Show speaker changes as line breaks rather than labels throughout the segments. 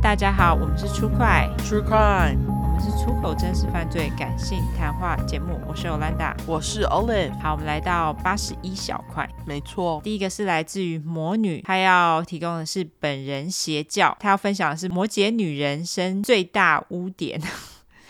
大家好，我们是出快，
True Crime，
我们是出口真实犯罪感性谈话节目，我是 Olanda。
我是 Olive，
好，我们来到八十一小块。
没错，
第一个是来自于魔女，她要提供的是本人邪教，她要分享的是摩羯女人生最大污点。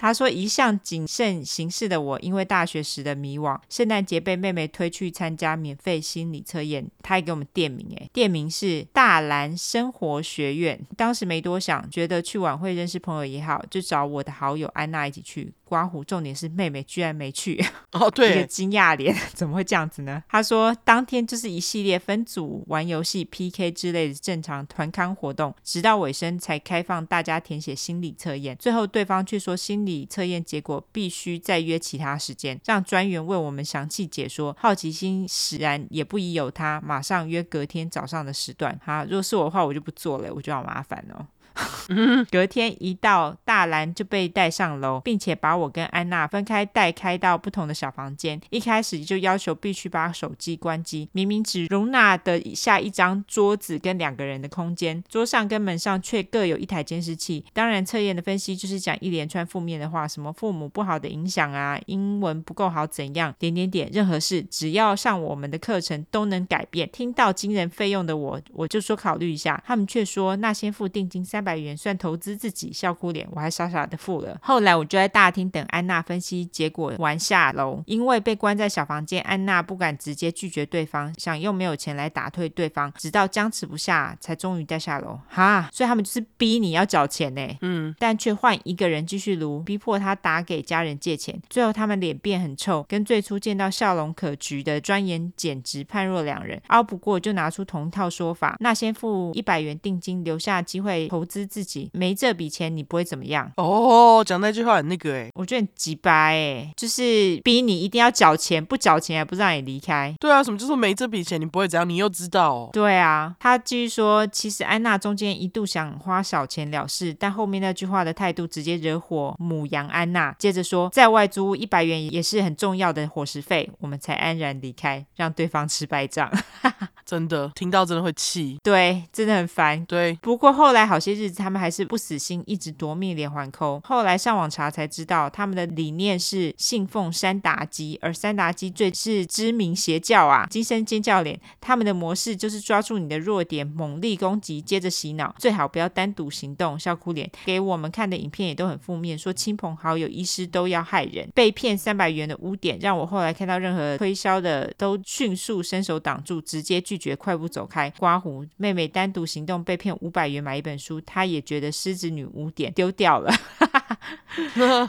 她说：“一向谨慎行事的我，因为大学时的迷惘，圣诞节被妹妹推去参加免费心理测验，她还给我们店名，诶，店名是大兰生活学院。当时没多想，觉得去晚会认识朋友也好，就找我的好友安娜一起去。刮胡，重点是妹妹居然没去。”
哦
一个
对，
惊讶脸， 怎么会这样子呢？他说，当天就是一系列分组玩游戏、PK 之类的正常团康活动，直到尾声才开放大家填写心理测验。最后对方却说心理测验结果必须再约其他时间，让专员为我们详细解说。好奇心使然，也不宜有他，马上约隔天早上的时段。哈，如果是我的话，我就不做了，我觉得好麻烦哦。 隔天一到，大兰就被带上楼，并且把我跟安娜分开带开到不同的小房间。一开始就要求必须把手机关机，明明只容纳得下一张桌子跟两个人的空间，桌上跟门上却各有一台监视器。当然，测验的分析就是讲一连串负面的话，什么父母不好的影响啊，英文不够好怎样，点点点，任何事只要上我们的课程都能改变。听到惊人费用的我，我就说考虑一下，他们却说那先付定金三百元算投资自己，笑哭脸，我还傻傻的付了。后来我就在大厅等安娜分析结果完下楼，因为被关在小房间，安娜不敢直接拒绝对方，想用没有钱来打退对方，直到僵持不下，才终于带下楼。哈，所以他们就是逼你要缴钱呢、但却换一个人继续撸，逼迫他打给家人借钱。最后他们脸变很臭，跟最初见到笑容可掬的专员简直判若两人。拗不过就拿出同套说法，那先付一百元定金，留下机会投资自己，没这笔钱你不会怎么样。
哦，讲那句话很那个哎，
我觉得很鸡掰哎，就是逼你一定要缴钱，不缴钱还不让你离开。
对啊，什么就是没这笔钱你不会怎样，你又知道哦，
对啊，他继续说，其实安娜中间一度想花小钱了事，但后面那句话的态度直接惹火母羊安娜。接着说，在外租一百元也是很重要的伙食费，我们才安然离开，让对方吃败仗。
真的听到真的会气，
对，真的很烦。
对，
不过后来好些日子，他们还是不死心，一直夺命连环扣。后来上网查才知道，他们的理念是信奉山达基，而山达基最是知名邪教啊！金声尖叫脸，他们的模式就是抓住你的弱点，猛力攻击，接着洗脑，最好不要单独行动。笑哭脸给我们看的影片也都很负面，说亲朋好友、医师都要害人，被骗三百元的污点，让我后来看到任何推销的都迅速伸手挡住，直接拒绝，快步走开。刮胡妹妹单独行动被骗五百元买一本书，她也觉得狮子女污点丢掉了，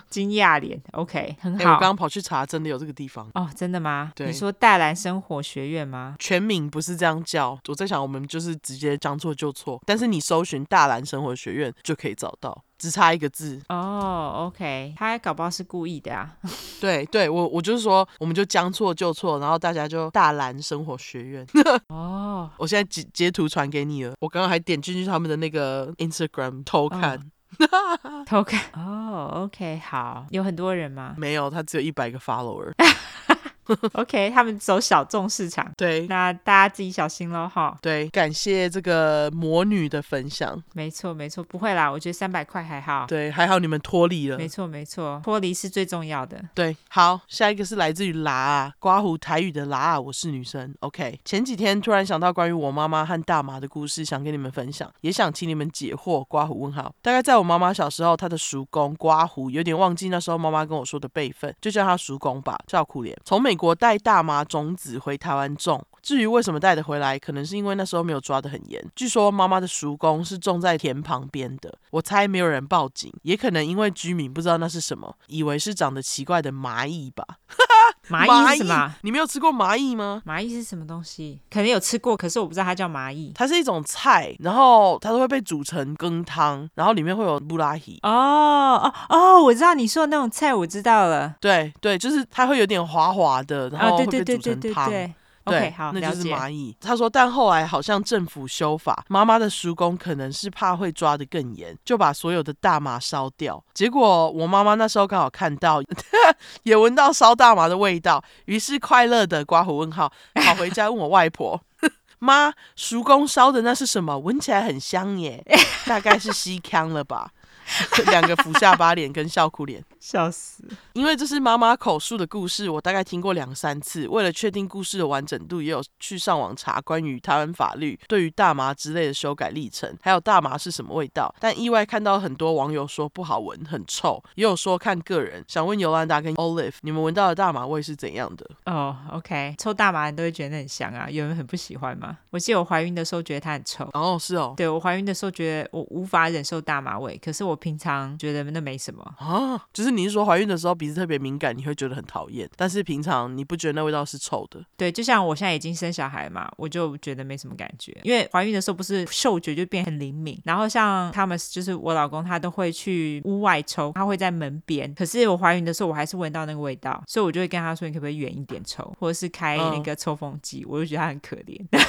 惊讶脸。OK，很
哎，我
好。
哎刚刚跑去查， 真的有这个地方。
哦，真的吗？
对
你说淡蓝生活学院吗？
全名不是这样叫，我在想我们就是直接将错就错，但是你搜寻大兰生活学院就可以找到，只差一个字。
哦，OK，他搞不好是故意的啊。
对对，我我就是说，我们就将错就错，然后大家就大兰生活学院。
哦，
我现在截截图传给你了，我刚刚还点进去他们的那个 Instagram 偷看，
偷看。啊哦，OK，好，有很多人吗
没有，他只有一百个 follower。
？OK，他们走小众市场，
对
那大家自己小心喽哈。
对，感谢这个魔女的分享。
没错，没错，不会啦，我觉得三百块还好。
对，还好你们脱离了
没。错，没错，脱离是最重要的。
对，好，下一个是来自于拉啊，刮胡台语的拉啊，我是女生。OK，前几天突然想到关于我妈妈和大麻的故事，想跟你们分享，也想请你们解惑。刮胡问号，大概在我妈妈小时候，她的叔公刮胡有点忘记那时候妈妈跟我说的辈分，就叫他叔公吧，叫苦脸。从美国带大麻种子回台湾种，至于为什么带得回来，可能是因为那时候没有抓得很严。据说妈妈的叔公是种在田旁边的，我猜没有人报警，也可能因为居民不知道那是什么，以为是长得奇怪的蚂蚁吧。
麻蚁是什么啊？
你没有吃过蚂蚁吗？
麻蚁是什么东西？可能有吃过，可是我不知道它叫麻蚁。
它是一种菜，然后它都会被煮成羹汤，然后里面会有布拉提。
哦哦哦，我知道你说的那种菜，我知道了。
对对，就是它会有点滑滑的，然
啊，
后
对
会
对
被
对
煮
对
成
对
汤。
对。
对
OK，好，
那
了
就是
解。
蚂蚁。他说，但后来好像政府修法，妈妈的叔公可能是怕会抓得更严，就把所有的大麻烧掉。结果我妈妈那时候刚好看到， 也闻到烧大麻的味道，于是快乐的刮胡问号跑回家问我外婆。 妈，叔公烧的那是什么？闻起来很香耶，大概是西康了吧。 两个俯下巴脸跟笑哭脸，
笑死！
因为这是妈妈口述的故事，我大概听过两三次。为了确定故事的完整度，也有去上网查关于台湾法律对于大麻之类的修改历程，还有大麻是什么味道。但意外看到很多网友说不好闻，很臭，也有说看个人。想问尤兰达跟 Olive，你们闻到的大麻味是怎样的？
哦、o k 抽大麻人都会觉得很香啊，有人很不喜欢吗？我记得我怀孕的时候觉得它很臭，
哦，是哦，
对我怀孕的时候觉得我无法忍受大麻味，可是我平常觉得那没什么。
啊，就是你是说怀孕的时候鼻子特别敏感，你会觉得很讨厌，但是平常你不觉得那味道是臭的。
对，就像我现在已经生小孩嘛，我就觉得没什么感觉，因为怀孕的时候不是嗅觉就变很灵敏，然后像他们就是我老公，他都会去屋外抽，他会在门边，可是我怀孕的时候我还是闻到那个味道，所以我就会跟他说你可不可以远一点抽，或者是开那
嗯
个抽风机，我就觉得他很可怜。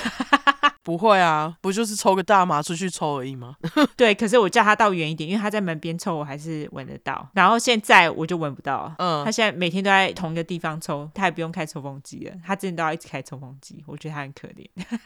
不会啊，不就是抽个大麻出去抽而已吗？
对，可是我叫他到远一点，因为他在门边抽，我还是闻得到，然后现在我就闻不到了。
嗯
他，现在每天都在同一个地方抽，他也不用开抽风机了。他之前都要一直开抽风机，我觉得他很可怜，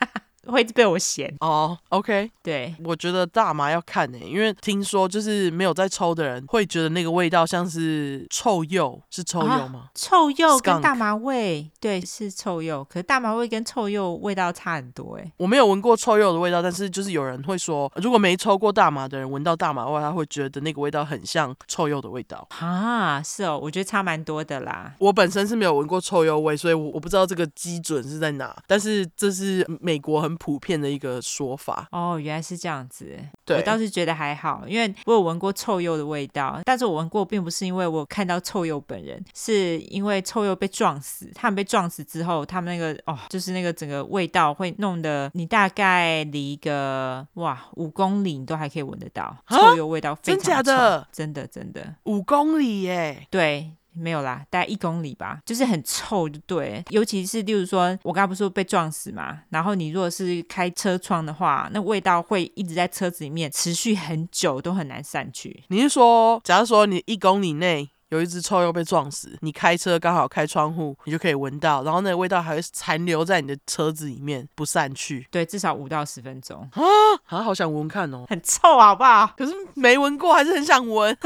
会一直被我嫌。
哦，OK，
对，
我觉得大麻要看呢、因为听说就是没有在抽的人会觉得那个味道像是臭鼬，是臭鼬吗？
臭鼬跟
Skunk
大麻味，对，是臭鼬，可是大麻味跟臭鼬味道差很多哎。
我没有闻过臭鼬的味道，但是就是有人会说，如果没抽过大麻的人闻到大麻味，他会觉得那个味道很像臭鼬的味道。
啊，是哦，我觉得差蛮多的啦。
我本身是没有闻过臭鼬味，所以我我不知道这个基准是在哪，但是这是美国很普遍的一个说法。
哦，原来是这样子。
对，
我倒是觉得还好，因为我有闻过臭鼬的味道，但是我闻过并不是因为我看到臭鼬本人，是因为臭鼬被撞死，他们被撞死之后，他们那个哦，就是那个整个味道会弄得你大概离个哇五公里你都还可以闻得到臭鼬味道非常
啊真假
臭
的
真的真的
五公里欸耶，
对。没有啦，大概一公里吧，就是很臭，就对了。尤其是例如说，我刚刚不是说被撞死嘛，然后你如果是开车窗的话，那味道会一直在车子里面持续很久，都很难散去。
你是说，假如说你一公里内有一只臭鼬被撞死，你开车刚好开窗户，你就可以闻到，然后那个味道还会残留在你的车子里面不散去
对，至少五到十分钟，
啊！好想闻看哦，
很臭，好不好？
可是没闻过，还是很想 闻。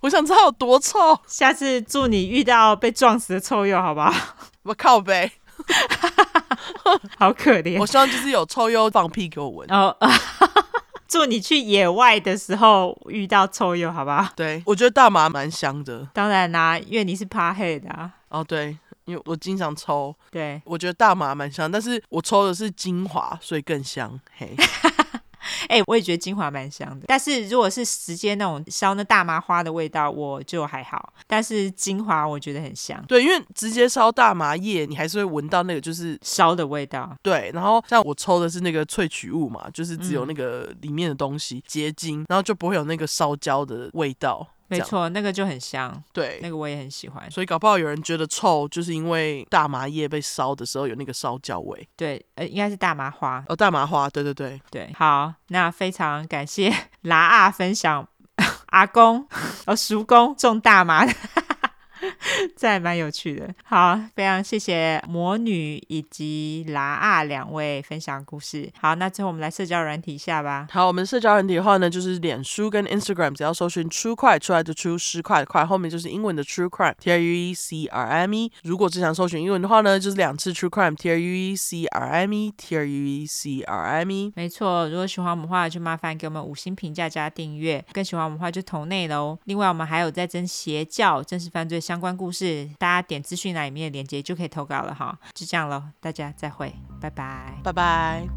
我想知道有多臭。
下次祝你遇到被撞死的臭鼬，好不 好？
我靠 呗！
好可怜
我。希望就是有臭鼬放屁给我闻。
哦， 啊祝你去野外的时候遇到臭鼬，好不好？
对，我觉得大麻蛮香的。
当然啦、因为你是趴黑的、啊，
哦，对，因为我经常抽，
对。
我觉得大麻蛮香，但是我抽的是精华，所以更香。 嘿，
哎、我也觉得精华蛮香的，但是如果是直接那种烧那大麻花的味道，我就还好。但是精华我觉得很香，
对，因为直接烧大麻叶，你还是会闻到那个就是
烧的味道。
对，然后像我抽的是那个萃取物嘛，就是只
嗯
有那个里面的东西、结晶，然后就不会有那个烧焦的味道。
没
这样，
错，那个就很香，那
对。
个我也很喜欢。
所以搞不好有人觉得臭，就是因为大麻叶被烧的时候有那个烧焦味。
对，呃，应该是大麻花。
哦，大麻花，对对对，
对，好，那非常感谢 拉阿分享阿公哦叔公种大麻的， 这还蛮有趣的。好，非常谢谢魔女以及拉阿两位分享故事。好，那最后我们来社交软体一下吧。
好，我们社交软体的话呢，就是脸书跟 Instagram，只要搜寻 True 快出来就出十块的快，后面就是英文的 True Crime，T R U E C R I M E。如果只想搜寻英文的话呢，就是两次 True Crime，T R U E C R I M E，T R U E C R I M E。
没错，如果喜欢我们的话，就麻烦给我们五星评价加订阅；更喜欢我们的话，就投内喽。另外，我们还有在征邪教、真实犯罪相关故事，大家点资讯栏里面的链接就可以投稿了哈。就这样喽，大家再会，拜拜。
拜拜。